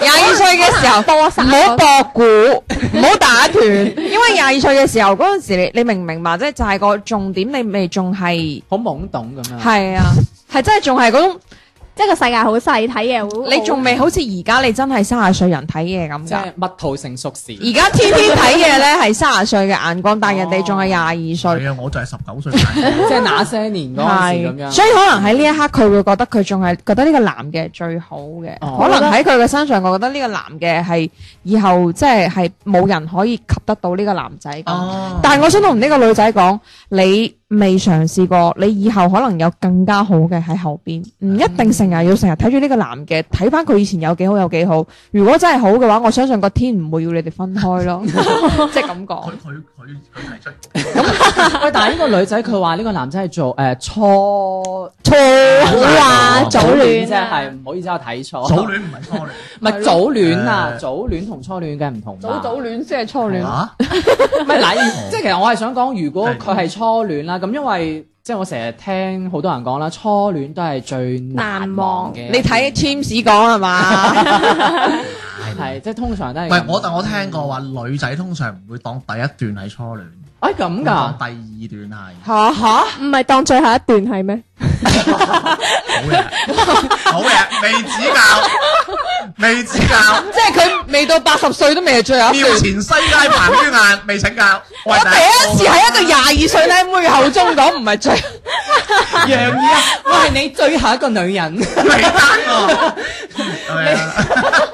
E: 廿二歲嘅時候，唔好博 股，唔好打斷，因為廿二歲嘅時候嗰陣時，你你明唔明白？即係就係個重點，你未仲係
B: 好懵懂咁樣，
E: 係啊，係真係仲係嗰種，
D: 即係個世界好細，睇嘢好。
E: 你仲未好似而家你真係三十歲人睇嘢咁
B: 即
E: 㗎。
B: 係蜜桃成熟時，
E: 而家天天睇嘢咧係三十歲嘅眼光，但係人哋仲係廿二歲。
A: 係啊，我就係十九歲大個。
B: 即係那些年嗰陣時咁
E: 係，
B: 樣。
E: 所以可能喺呢一刻佢會覺得佢仲係覺得呢個男嘅係最好嘅，
B: 哦
E: 可能喺佢嘅身上，我覺得呢個男嘅係以後即係係冇人可以及得到呢個男仔咁。
A: 哦
E: 但係我想同呢個女仔講，你未嘗試過，你以後可能有更加好嘅喺後邊，唔一定成日要成日睇住呢個男嘅，睇翻佢以前有幾好有幾好。如果真係好嘅話，我相信個天唔會要你哋分開 咯，即係咁講
A: 佢。佢佢佢提出，
B: 喂，但係呢個女仔佢話呢個男仔係做誒初
E: 錯
D: 啊早戀啊
B: 即係唔好意思，我睇錯。
A: 早戀唔係初戀。
B: 唔係早戀啊，
A: 誒
B: 早戀同初戀梗係唔同
E: 早
B: 啦。
E: 早戀先係初戀。
A: 啊！
B: 唔係嗱，即係其實我係想講，如果佢係初戀啦，咁因為即係我成日聽好多人講啦，初戀都係最難忘嘅。
E: 你睇 Teams 講係 嘛？
B: 係即係通常都係
A: 唔
B: 咁。
A: 係我，但我聽過話女仔通常唔會當第一段係初戀，
B: 哎咁
A: 會
B: 㗎
E: 啊
A: 當，第二段係
E: 嚇嚇，
D: 唔係當最後一段係咩？
A: 好嘢，好嘢，未指教，未指教。
E: 即係佢未到八十歲都未係最後一
A: 廟
E: 段。
A: 前西街彭于晏未請教，我
E: 我第一次喺一個廿二歲靚妹嘅口中講唔係最，
B: 楊怡啊，我係你最後一個女人。
A: 未單 喎，係啊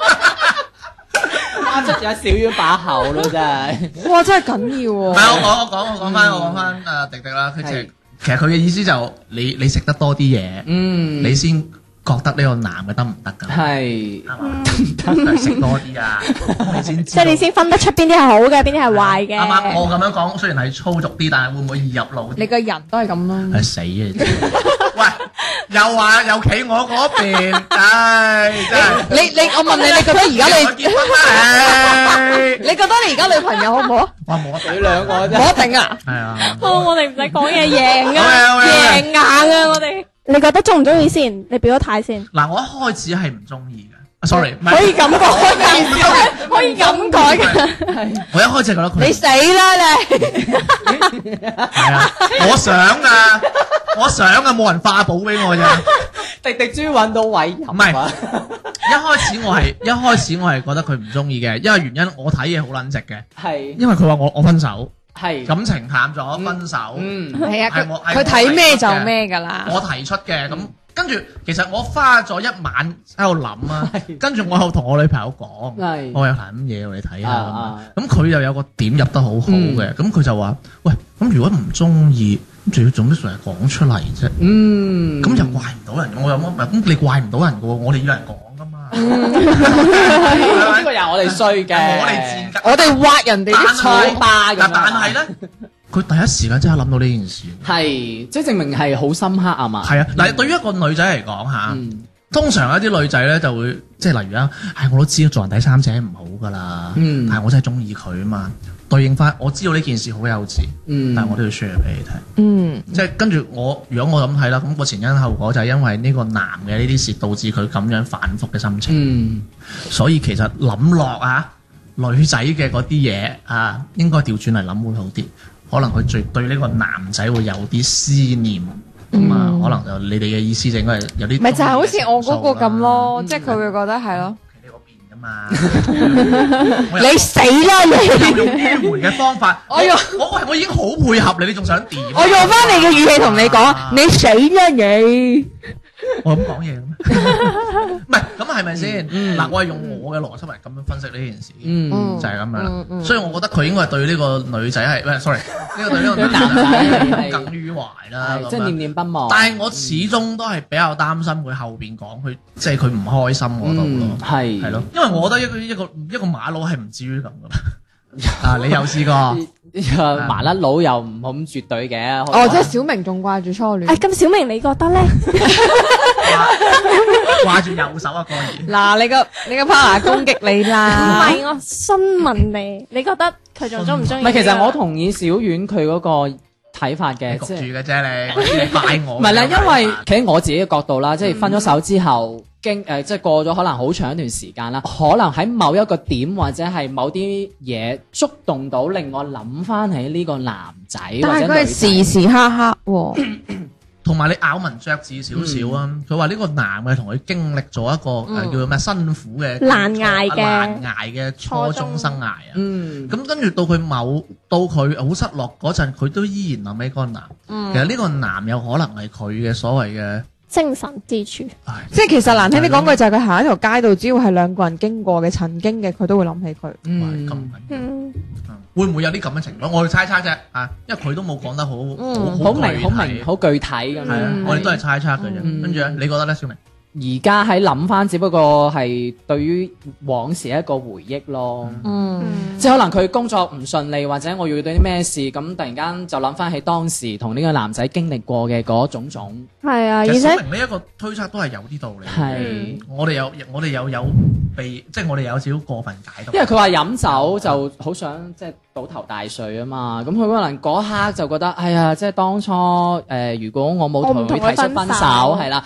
B: 花出咗少於把口咯，真係。
E: 哇真係緊要
A: 唔
E: 喎、
A: 係我講我講我講翻我講翻阿迪迪啦，佢其實
B: 係
A: 其實佢嘅意思就你你食得多啲嘢，
B: 嗯，
A: 你先覺得呢個男嘅得唔得㗎？
B: 係
A: 啱嘛？食多啲啊，你先
D: 即係你先分得出邊啲係好嘅，邊啲係壞
A: 啱啱
D: 嘅。
A: 我咁樣講，雖然係粗俗啲，但係會唔會易入腦
E: 你
A: 啲？
E: 個人都係咁咯
A: 係。死啊！喂，又話 又企我嗰邊，唉，真係
E: 你你我問你，你覺得而家
A: 我
E: 你
A: 結婚啦，
E: 你覺得你而家女朋友好唔好 啊？
A: 我冇得
B: 你兩個
E: 我定啊！
A: 係啊，
D: 好，我哋唔使講嘢，贏
A: 好嘅好
D: 啊，
A: 嘅
D: 贏硬啊，我哋。你覺得中唔中意先？你表咗態先，
A: 嗱，我一開始係唔中意嘅啊，sorry，唔
D: 可
A: 係
D: 以咁改嘅，可以咁改嘅。
A: 我一開始係覺得
E: 你
A: 佢
E: 死啦你！
A: 係啊，我想噶，我想噶，冇人化寶俾我咋。
B: 滴滴豬揾到位入
A: 唔係
B: 啊，
A: 一開始我係一開始我係覺得佢唔中意嘅，因為原因我睇嘢好撚直嘅，
B: 係
A: 因為佢話我我分手，
B: 係
A: 感情淡咗，分手，
B: 嗯
E: 系啊，佢
A: 係我係
E: 佢
A: 我
E: 睇咩
A: 提出
E: 就
A: 嘅
E: 咩噶啦。
A: 我提出嘅咁。跟住，其實我花咗一晚喺度諗 啊，跟住我又同我女朋友講，
B: 係
A: 我有睇嘢喎，你睇下咁
B: 嗯啊嗯
A: 樣
B: 啊
A: 咁佢又有個點入得好好嘅，咁佢就話：喂，咁如果唔中意，咁仲要做咩成日講出嚟啫？
B: 嗯，
A: 咁又 怪唔到人，我又乜？咁你怪唔到人嘅喎，我哋要人講噶嘛。
B: 嗯呢個又係我哋衰嘅，
A: 我哋賤格，
E: 我哋挖人哋
A: 但
E: 啲
A: 係
B: 瘡疤咁樣
A: 嗱但係咧，佢第一時間真係諗到呢件事。
B: 係即係證明係好深刻啊嘛，
A: 係啊，嗱，對於一個女仔嚟講嚇，
B: 嗯
A: 通常一啲女仔咧就會即係例如啊，唉，我都知道做人第三者唔好噶啦，
B: 嗯
A: 但係我真係中意佢啊嘛。對應翻，我知道呢件事好幼稚，
B: 嗯，
A: 但係我都要 share 俾你聽。
E: 嗯，
A: 即係跟住我，如果我咁睇啦，咁個前因後果就係因為呢個男嘅呢啲事導致佢咁樣反覆嘅心情，
B: 嗯。
A: 所以其實諗落啊，女仔嘅嗰啲嘢啊，應該調轉嚟諗會好啲，可能佢最對呢個男仔會有啲思念。咁啊，可能就你哋嘅意思就應該係有啲，
E: 咪就係好似我嗰個咁。咯，即係佢會覺得係咯。
A: 你嗰邊噶嘛？ 我有
E: 你死啦你！
A: 我用迂迴嘅方法，
E: 我用
A: 我我我已經好配合你，你仲想點啊？
E: 我用翻你嘅語氣同你
A: 啊
E: 講，你死啦你！
A: 我咁講嘢嘅咩？ 唔係，咁係咪先？嗱，我係用我嘅邏輯嚟咁樣分析呢件事，
B: 嗯，
E: Ừ.
A: 就係咁樣
E: 嗯
A: 啦。
E: 嗯
A: 所以我覺得佢應該係對呢個女仔係，喂，sorry，呢個對呢個男
B: 男仔係
A: 仔耿於懷啦。
B: 係
A: 咁
B: 即係念
A: 樣
B: 念不忘。
A: 但係我始終都係比較擔心佢後邊講佢，即係佢唔開心嗰度
B: 嗯
A: 咯。
B: 係
A: 係咯， 因為我覺得一個一個一個馬佬係唔至於咁噶 嘛。啊，你有試過？
B: 誒麻甩佬又唔好咁絕對嘅。
E: 哦，即係小明仲掛住初戀。
D: 哎咁小明你覺得咧？
A: 掛住右手啊，過兒。
E: 嗱，你個你個 partner 攻擊你
D: 唔
E: 啦，
D: 係，我詢問你，你覺得佢仲中唔中意？
B: 唔係，其實我同意小丸佢嗰個睇法嘅，
A: 焗
B: 即
A: 住
B: 係
A: 嘅啫，你我知你怪我。
B: 唔係啦，因為企喺我自己嘅角度啦，即係分咗手之後。經誒、即係過咗可能好長一段時間啦，可能喺某一個點或者係某啲嘢觸動到，令我諗翻起呢個男仔
E: 但
B: 或
E: 係
B: 者
E: 佢
B: 女
E: 係
B: 仔
E: 時時刻刻喎。
A: 同埋你咬文嚼字少少啊！佢話呢個男嘅同佢經歷咗一個誒叫做咩辛苦嘅啊
D: 難捱嘅
A: 難捱嘅初中生涯啊！
B: 嗯
A: 咁跟住到佢某到佢好失落嗰陣，佢都依然諗起嗰個男。其實呢個男有可能係佢嘅所謂嘅，
D: 精神支柱，
A: 唉
E: 即係其實難聽啲講句就係佢行喺條街度，只要係兩個人經過嘅曾經嘅，佢都會諗起佢。
A: 咁
B: 嗯，
A: 緊要
D: 嗯，
A: 啊會唔會有啲咁嘅情況？我哋猜猜啫啊，因為佢都冇講得好好
B: 好
A: 具
B: 明
A: 體
B: 好明好具體咁
A: 係啊
B: 樣。，
A: 我哋都係猜測嘅啫。
B: 嗯
A: 跟住啊咧，你覺得咧，小明？
B: 而家喺諗翻，只不過係對於往事一個回憶咯。
E: 嗯，
B: 即係可能佢工作唔順利，或者我遇到啲咩事，咁突然間就諗翻起當時同呢個男仔經歷過嘅嗰種種，
D: 係啊，而
A: 其實
D: 且
A: 小明呢一個推測都係有啲道理嘅。
B: 係、
D: 嗯
A: 我哋有我哋有有被，即係我哋有少少過分解讀。
B: 因為佢話飲酒就好想即係倒頭大睡啊嘛，咁佢可能嗰刻就覺得，哎呀，即係當初誒、呃如果我冇
D: 我
B: 同
D: 唔同
B: 佢
D: 佢
B: 提出
D: 分
B: 分手，
D: 手
B: 係啦。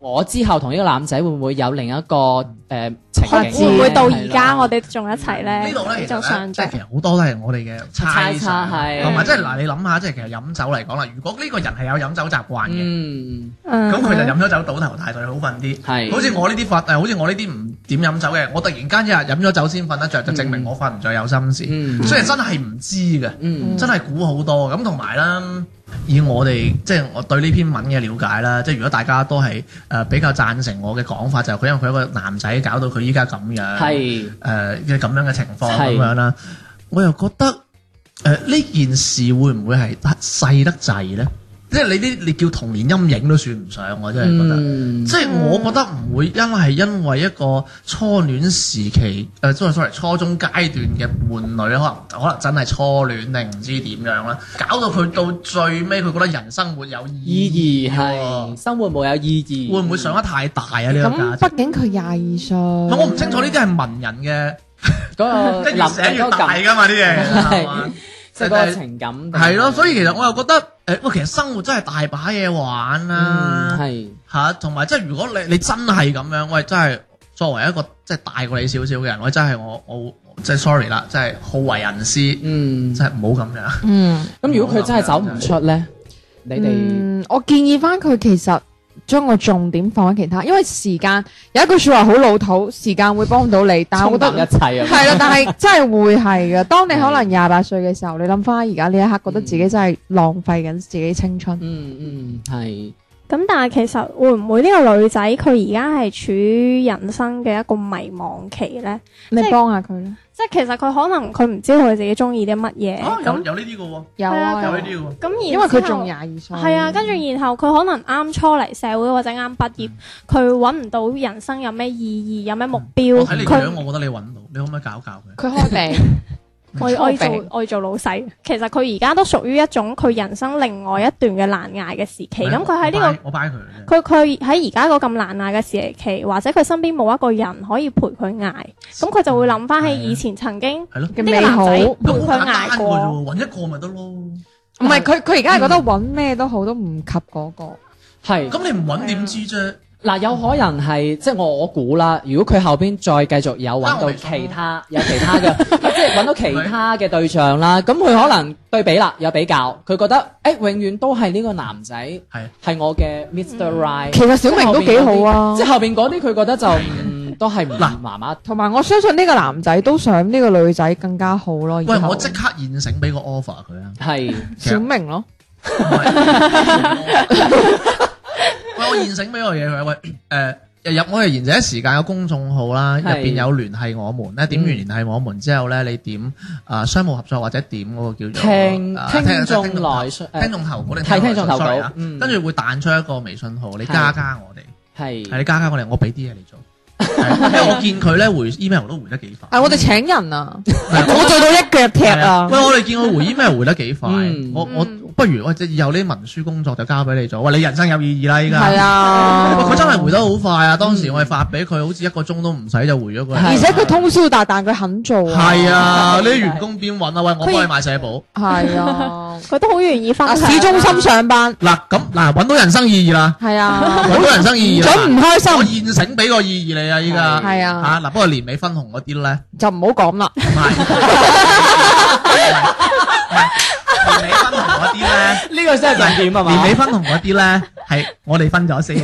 B: 我之後同呢個男仔會唔會有另一個誒、呃情
D: 可能
B: 景？
D: 會唔會到
B: 係
D: 而
B: 啦
D: 家我哋仲一齊
A: 呢
D: 咧？
A: 度咧，其
D: 仲
A: 實咧
D: 上
A: 即係
D: 咗
A: 其實好多都係我哋嘅猜
B: 猜測係
A: 想，同埋即係嗱，你諗下，即係其實飲酒嚟講啦，如果呢個人係有飲酒習慣嘅，
B: 嗯，
D: 嗯
A: 咁佢就飲咗酒倒頭大睡好瞓啲。
B: 係
A: 好似我呢啲瞓誒，好似我呢啲唔點飲酒嘅，我突然間一日飲咗酒先瞓得着，就證明我瞓唔着有心事。
B: 嗯
A: 雖然真係唔知嘅。
B: 嗯
A: 真係估好多咁，同埋啦，以我哋即係我對呢篇文嘅了解啦，即係如果大家都係誒、呃比較贊成我嘅講法，就係佢因為佢一個男仔搞到佢依家咁樣，
B: 係
A: 誒嘅咁樣嘅情況
B: 係
A: 咁樣啦，我又覺得呃誒呢、件事會唔會係細得滯咧？即係你啲你叫童年陰影都算唔上，我真係覺得。
B: 嗯
A: 即係我覺得唔會，因為係因為一個初戀時期，誒、s o r r y sorry，初中階段嘅伴侶，可能可能真係初戀定唔知點樣啦，搞到佢到最尾，佢覺得人生沒有
B: 意
A: 意義
B: 義係
A: 喎，
B: 生活冇有意義，
A: 會唔會上得太大啊？呢、個價
E: 咁
A: 值，
E: 畢竟佢廿二歲，
A: 咁我唔清楚呢啲係文人
B: 嗰
A: 嘅，
B: 個
A: 即係越
B: 諗
A: 寫越
B: 嗰個
A: 大
B: 感，
A: 㗎嘛啲 嘢，係嘛
B: 係即係嗰個情感。
A: 係咯，所以其實我又覺得，誒、呃喂，其實生活真係大把嘢玩啊啦、
B: 嗯係
A: 吓，同埋即係如果你你真係咁樣，喂，真係作為一個即係大過你少少嘅人，喂，真係我我即係 sorry 啦，即係好為人師，
B: 嗯，
A: 即係唔好咁樣。
E: 嗯。
B: 咁如果佢真係走唔出咧，你哋
E: 嗯，我建議翻佢其實將個重點放喺其他，因為時間有一句说話好老土，時間會幫到你，但係
B: 衝
E: 我覺
B: 淡
E: 得
B: 一切啊，
E: 係啦，但係真係會係嘅。當你可能廿八歲嘅時候，你諗翻而家呢一刻，覺得自己真係浪費緊自己青春。
B: 嗯嗯係，
D: 咁但係其實會唔會呢個女仔佢而家係處於人生嘅一個迷茫期呢？
E: 你
D: 即係
E: 幫下佢啦，
D: 即係其實佢可能佢唔知道佢自己中意啲乜嘢，
A: 啊，
D: 哦咁
A: 有有呢啲嘅喎，
E: 有啊，
D: 係
A: 有
E: 有
A: 呢
E: 啊
A: 啲嘅喎。
D: 咁然
E: 因為佢
D: 之後
E: 仲廿二歲。
D: 係啊，跟住然後佢可能啱初嚟社會或者啱畢業，佢揾唔到人生有咩意義，有咩目標
A: 我，哦睇你個樣，
D: 佢
A: 我覺得你揾到，你可唔可以搞搞佢？
E: 佢開 病，
D: 我
A: 哦
D: 我要做我要做老細。其實佢而家都屬於一種佢人生另外一段嘅難捱嘅時期。咁佢喺呢
A: 我 buy 佢嘅啫
D: 個佢佢喺而家個咁難捱嘅時期，或者佢身邊冇一個人可以陪佢捱，咁佢就會諗翻起以前曾經呢
A: 係咯，
E: 嘅
D: 個
E: 美
D: 男
E: 好
D: 仔
E: 唔
D: 陪佢捱
A: 啊咁好簡單
D: 過。
A: 嘅啫喎，揾一個咪得咯。
E: 係佢，佢而家係覺得揾咩都好都唔及嗰個。
B: 係
A: 咁你唔揾點知啫？
B: 嗱，有可能係即係我我估啦。如果佢後邊再繼續有揾到其他有其 他嘅，即係揾到其他嘅對象啦，咁佢可能對比啦，有比較，佢覺得誒、欸永遠都係呢個男仔
D: 啊
A: 係
B: 係我嘅 Mr. Right。
E: 其實小明都幾好啊
B: 嗯即係。後邊嗰啲佢覺得就嗯都係唔麻麻。
E: 同埋我相信呢個男仔都想呢個女仔更加好咯。
A: 喂，
E: 以後
A: 我即刻現成俾個 offer 佢啊！
B: 係
E: 小明咯，
A: 喂，我現成俾個嘢佢，喂，誒。入我哋賢者時間嘅公眾號啦，入
B: 係嗯
A: 邊有聯繫我們咧，點完聯繫我們之後咧，你點啊商務合作或者點嗰個叫做
B: 聽
A: 啊
B: 聽眾
A: 聽
B: 來信，
A: 聽
B: 誒
A: 眾投稿定
B: 睇聽眾投稿
A: sorry 啊
B: 嗯
A: 跟住會彈出一個微信號，你加加我哋，係
B: 係
A: 你加加我哋，我俾啲嘢你做，係因為我見佢咧回 email 都回得幾快。
E: 啊，我哋請人啊， 我做到一腳踢
A: 係啊
E: 啊
A: 喂，！我哋見佢回 email 回得幾快
B: 嗯，
A: 我我不如我即係以後呢啲文書工作就交俾你做，喂，你人生有意義啦依家。
E: 係啊，
A: 喂佢真係回得好快啊！當時我係發俾佢，好似一個鐘都唔使就回咗佢。
B: 係
E: 而且佢通宵達旦，佢肯做啊。
A: 係啊，呢啲員工邊揾啊？喂，我幫你買社保。
E: 係啊，
D: 佢都好願意分
E: 啊
D: 享啊。
E: 市中心上班
A: 嗱咁嗱，揾到人生意義啦，
E: 係啊，
A: 揾到人生意義啦。
E: 準唔開
A: 我
E: 心
A: 現成俾個意義你啊！依家
E: 係啊
A: 嚇嗱，不過年尾分紅嗰啲 咧，
E: 就唔好講啦。
A: 唔係唔係年尾分紅嗰啲咧。
B: 呢個真係重點啊嘛
A: 年。尾分紅嗰啲咧， 係我哋分咗先，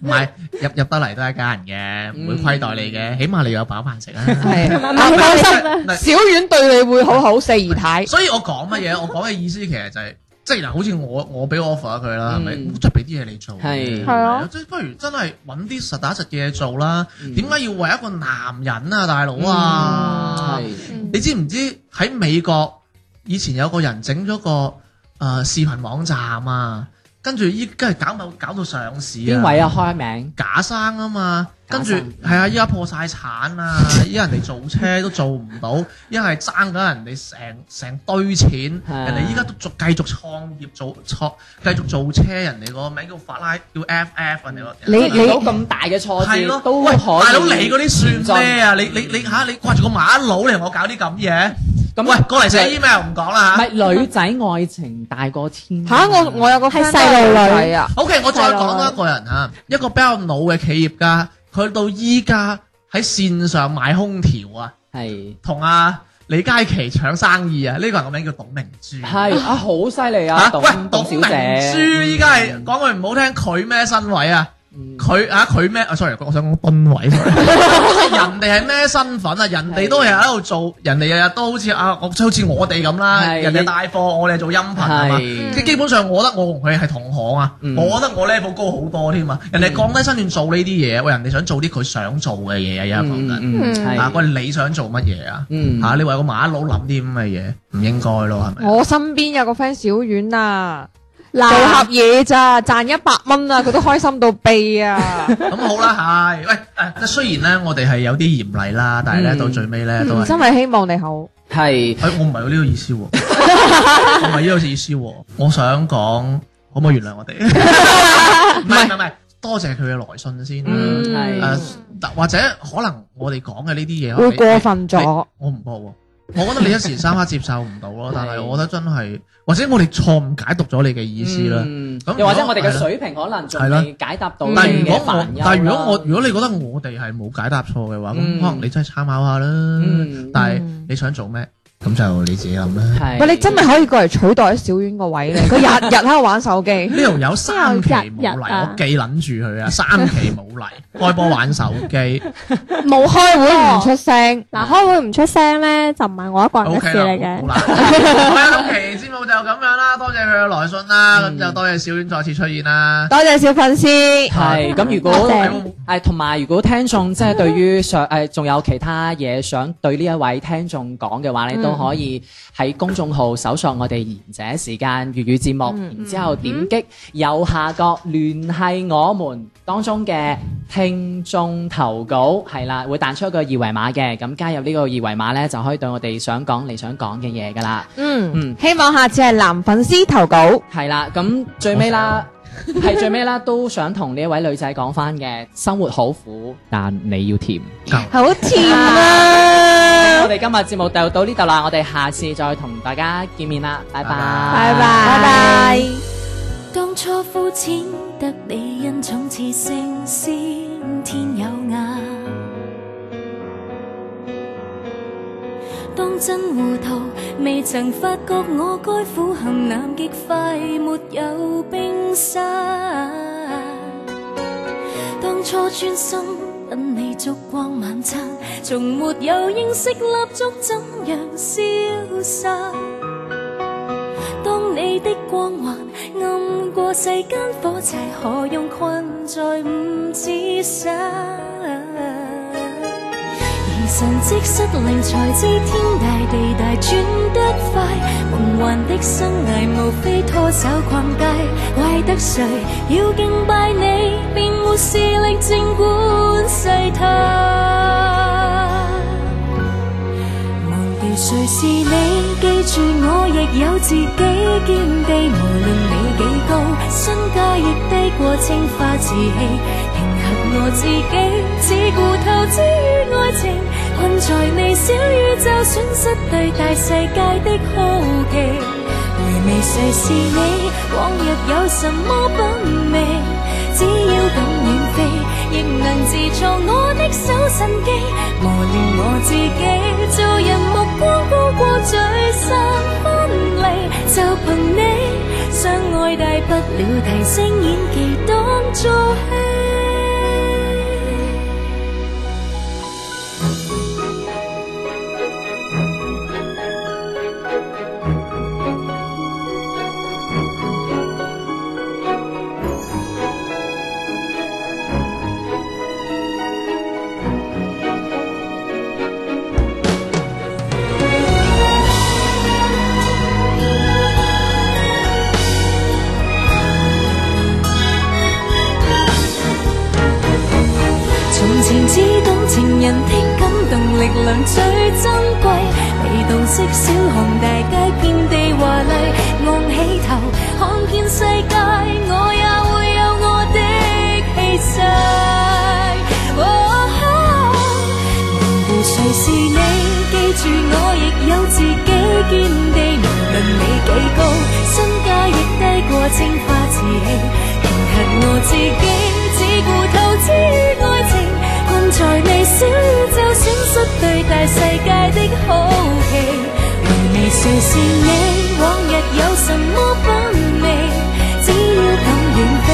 A: 唔係入入得嚟都係一家人嘅，
B: 嗯
A: 唔會虧待你嘅，起碼你有飽飯食啊。
E: 係啊，
D: 唔係
E: 放心，
A: 嗱
E: 小遠對你會好好，四姨太。
A: 所以我講乜嘢？我講嘅意思其實就係，即係嗱，好似我我俾 offer 佢啦，係咪？
B: 嗯
A: 即係俾啲嘢你做，
B: 係
A: 係啊，即係不如真係揾啲實打實嘅嘢做啦。
B: 嗯
A: 點解要為一個男人啊，大佬啊？
B: 嗯係
A: 你知唔知喺美國以前有個人整咗個誒、呃、視頻網站啊，跟住依家係搞到搞到上市
B: 邊位啊？開名
A: 假生啊嘛，跟住
B: 假生
A: 係啊，依家破晒產 啊，依家人哋做車都做唔到，一係爭緊人哋成成堆錢，
B: 係
A: 人哋依家都續繼續創業做創繼續做車，人哋個名叫法拉叫 FF 人哋個
E: 你
B: 遇到咁大嘅挫
A: 係
B: 折
A: 咯，
B: 都可
A: 喂
B: 以
A: 大佬你嗰啲算咩
B: 咩
A: 啊？你你你嚇你掛住個馬佬嚟同我搞啲咁嘢？
B: 咁
A: 喂，過嚟寫 email 唔講啦
B: 唔
A: 嚇。
B: 係女仔愛情大過天
E: 吓，我我有個
D: 係
E: friend
D: 細路女
E: 都係女仔啊，
A: OK，我再講多一個人嚇，一個比較老嘅企業家，佢到依家喺線上賣空調啊，
B: 係
A: 同阿李佳琦搶生意啊！呢個人個名叫董明珠。
B: 係啊，好犀利啊！
A: 嚇
B: 董
A: 喂，
B: 董
A: 董明
B: 小姐，
A: 珠依家係講句唔好聽，佢咩身位啊？
B: 嗯
A: 佢啊佢咩啊？sorry，我想講噸位。sorry 人哋係咩身份啊？人哋都係喺度做，人哋日日都好似啊，我好似我哋咁啦。
B: 係
A: 人哋帶貨，我哋做音頻啊嘛。
B: 係
A: 基基本上，我覺得我同佢係同行啊，
B: 嗯
A: 我覺得我 level 高好多添啊。人哋降低身段做呢啲嘢，喂，人哋想做啲佢想做嘅嘢啊，而家講緊
B: 嗯
A: 嚇，
B: 係
A: 啊喂，你想做乜嘢啊？
B: 嗯哦
A: 嚇，你為個馬佬諗啲咁嘅嘢，唔應該咯，係咪？
E: 我身邊有個 friend 小遠啊，做盒
D: 嗱，
E: 嘢咋，賺一百蚊啊，佢都開心到痹啊！
A: 咁好啦，係，喂，誒，即係雖然咧，我哋係有啲嚴厲啦，但係咧
B: 嗯
A: 到最尾咧都係。
E: 真係希望你好，
B: 係
A: 哎，我唔係有呢個 意思喎，我唔係呢個意思喎，我想講可唔可以原 諒我哋？唔係唔係唔係，多謝佢嘅來信先
B: 嗯
A: 啦。
B: 係
A: 誒，或者可能我哋講嘅呢啲嘢哎
E: 會過分咗。
A: 我唔覺喎，我覺得你一時三刻接受唔到 咯，但係我覺得真係，或者我哋錯誤解讀咗你嘅意思啦。
B: 嗯
A: 咁
B: 又或者
A: 如果
B: 我哋嘅
A: 係啦
B: 水平可能
A: 係
B: 仲
A: 啦
B: 未解答到
E: 嗯
B: 你
A: 但係如果
B: 嘅
A: 我
B: 煩憂，啦
A: 但係如果我，如果你覺得我哋係冇解答錯嘅話，咁
B: 嗯
A: 可能你真係參考下啦。
B: 嗯
A: 但係你想做咩，咁就你自己諗啦。
B: 係
E: 喂，你真係可以過嚟取代小丸個位咧，佢日日喺度玩手機。
A: 呢度有三期冇
D: 邊有日
A: 嚟，
D: 日啊
A: 我記撚住佢啊！三期冇嚟，開波玩手機。
D: 冇
E: 開會唔
D: 喎
E: 出聲，
D: 嗱，開會唔出聲咧，就唔係我一個人
A: O
D: 嘅
A: K
D: 事
A: 啦，
D: 嚟
A: 好
D: 嘅。
A: 啦， 好啦，今期節目就咁樣啦，多謝佢嘅來信啦，咁
B: 嗯
A: 就多謝小婉再次出現啦。
E: 多謝小粉絲。
B: 係咁，如
D: 多
B: 果
D: 謝
B: 誒同埋，如果聽眾即係對於上誒仲有其他嘢想對呢一位聽眾講嘅話
D: 嗯
B: 咧，都可以喺公眾號搜索我哋賢者時間粵語節目，
D: 嗯
B: 然之後點擊右下角聯繫我們當中嘅聽眾投稿，係啦，會彈出一個二維碼嘅，咁加入呢個二維碼咧，就可以對我哋想講你想講嘅嘢噶啦，
E: 嗯
B: 嗯，
E: 希望下次係男粉絲投稿。
B: 係啦，咁最尾啦。係最尾啦，都想同呢一位女仔講翻嘅，生活好苦，但你要甜。
E: 好甜 啊！
B: 我哋今日節目就到呢度啦，我哋下次再同大家見面啦，拜拜，
A: 拜
E: 拜拜。
H: 当初肤浅得你恩宠似星，先天有眼。当真糊涂，未曾發覺我該苦含南極快沒有冰山。當初專心等你燭光晚餐，從沒有認識蠟燭怎樣消散。當你的光環暗過世間火柴，何用困在五指山？而神迹失靈才知天大地大轉得快，夢幻的生涯無非拖手逛街，怪得誰要敬拜你，便沒視力靜管世態。忘掉誰是你，記住我亦有自己見地。無論你幾高，身價亦低過青花瓷器。平衡我自己，只顧投資於愛情，困在你小宇宙，損失對大世界的好奇。回味誰是你，往日有什麼品味？只要敢遠飛，亦能自創我的手神機，磨練我自己。做人目光高過聚散分離，就憑你相愛，大不了提升演技當做戲。從前只懂情人的感動力量最珍貴，被動式小巷大街遍地華麗，昂起頭看遍世界，我也會有我的氣勢。哦忘掉誰是你，記住我亦有自己見地，無論你幾高，身價亦低過青花瓷器。平衡我自己，只顧投資於愛情，困在你小宇宙，損失對大世界的好奇。回味誰是你，往日有什麼品味？只要敢遠飛，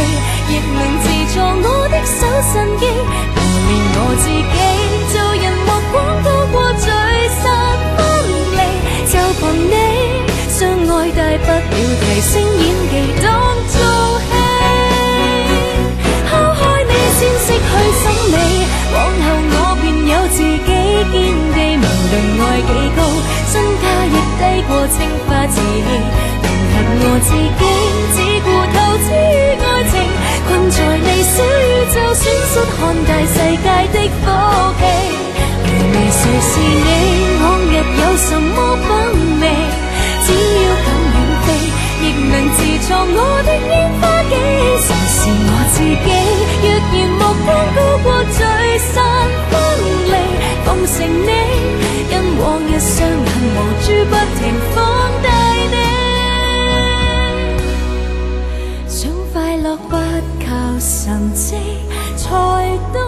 H: 亦能自創我的手神機，磨練我自己，做人目光高過聚散分離，就憑你相愛，大不了提升演技當做戲。拋開你先識去審美，往後我便有自己見地。無論愛幾高，身價亦低過青花瓷器。平衡我自己，只顧投資於愛情，困在你小宇宙，損失看大世界的福氣。回味誰是你，往日有什麼品味？只要敢遠飛，亦能自創我的煙花景。神是我自己，若然目光高過聚散分離，奉承你，因往日傷痕情放大你，想快樂不靠神蹟才得。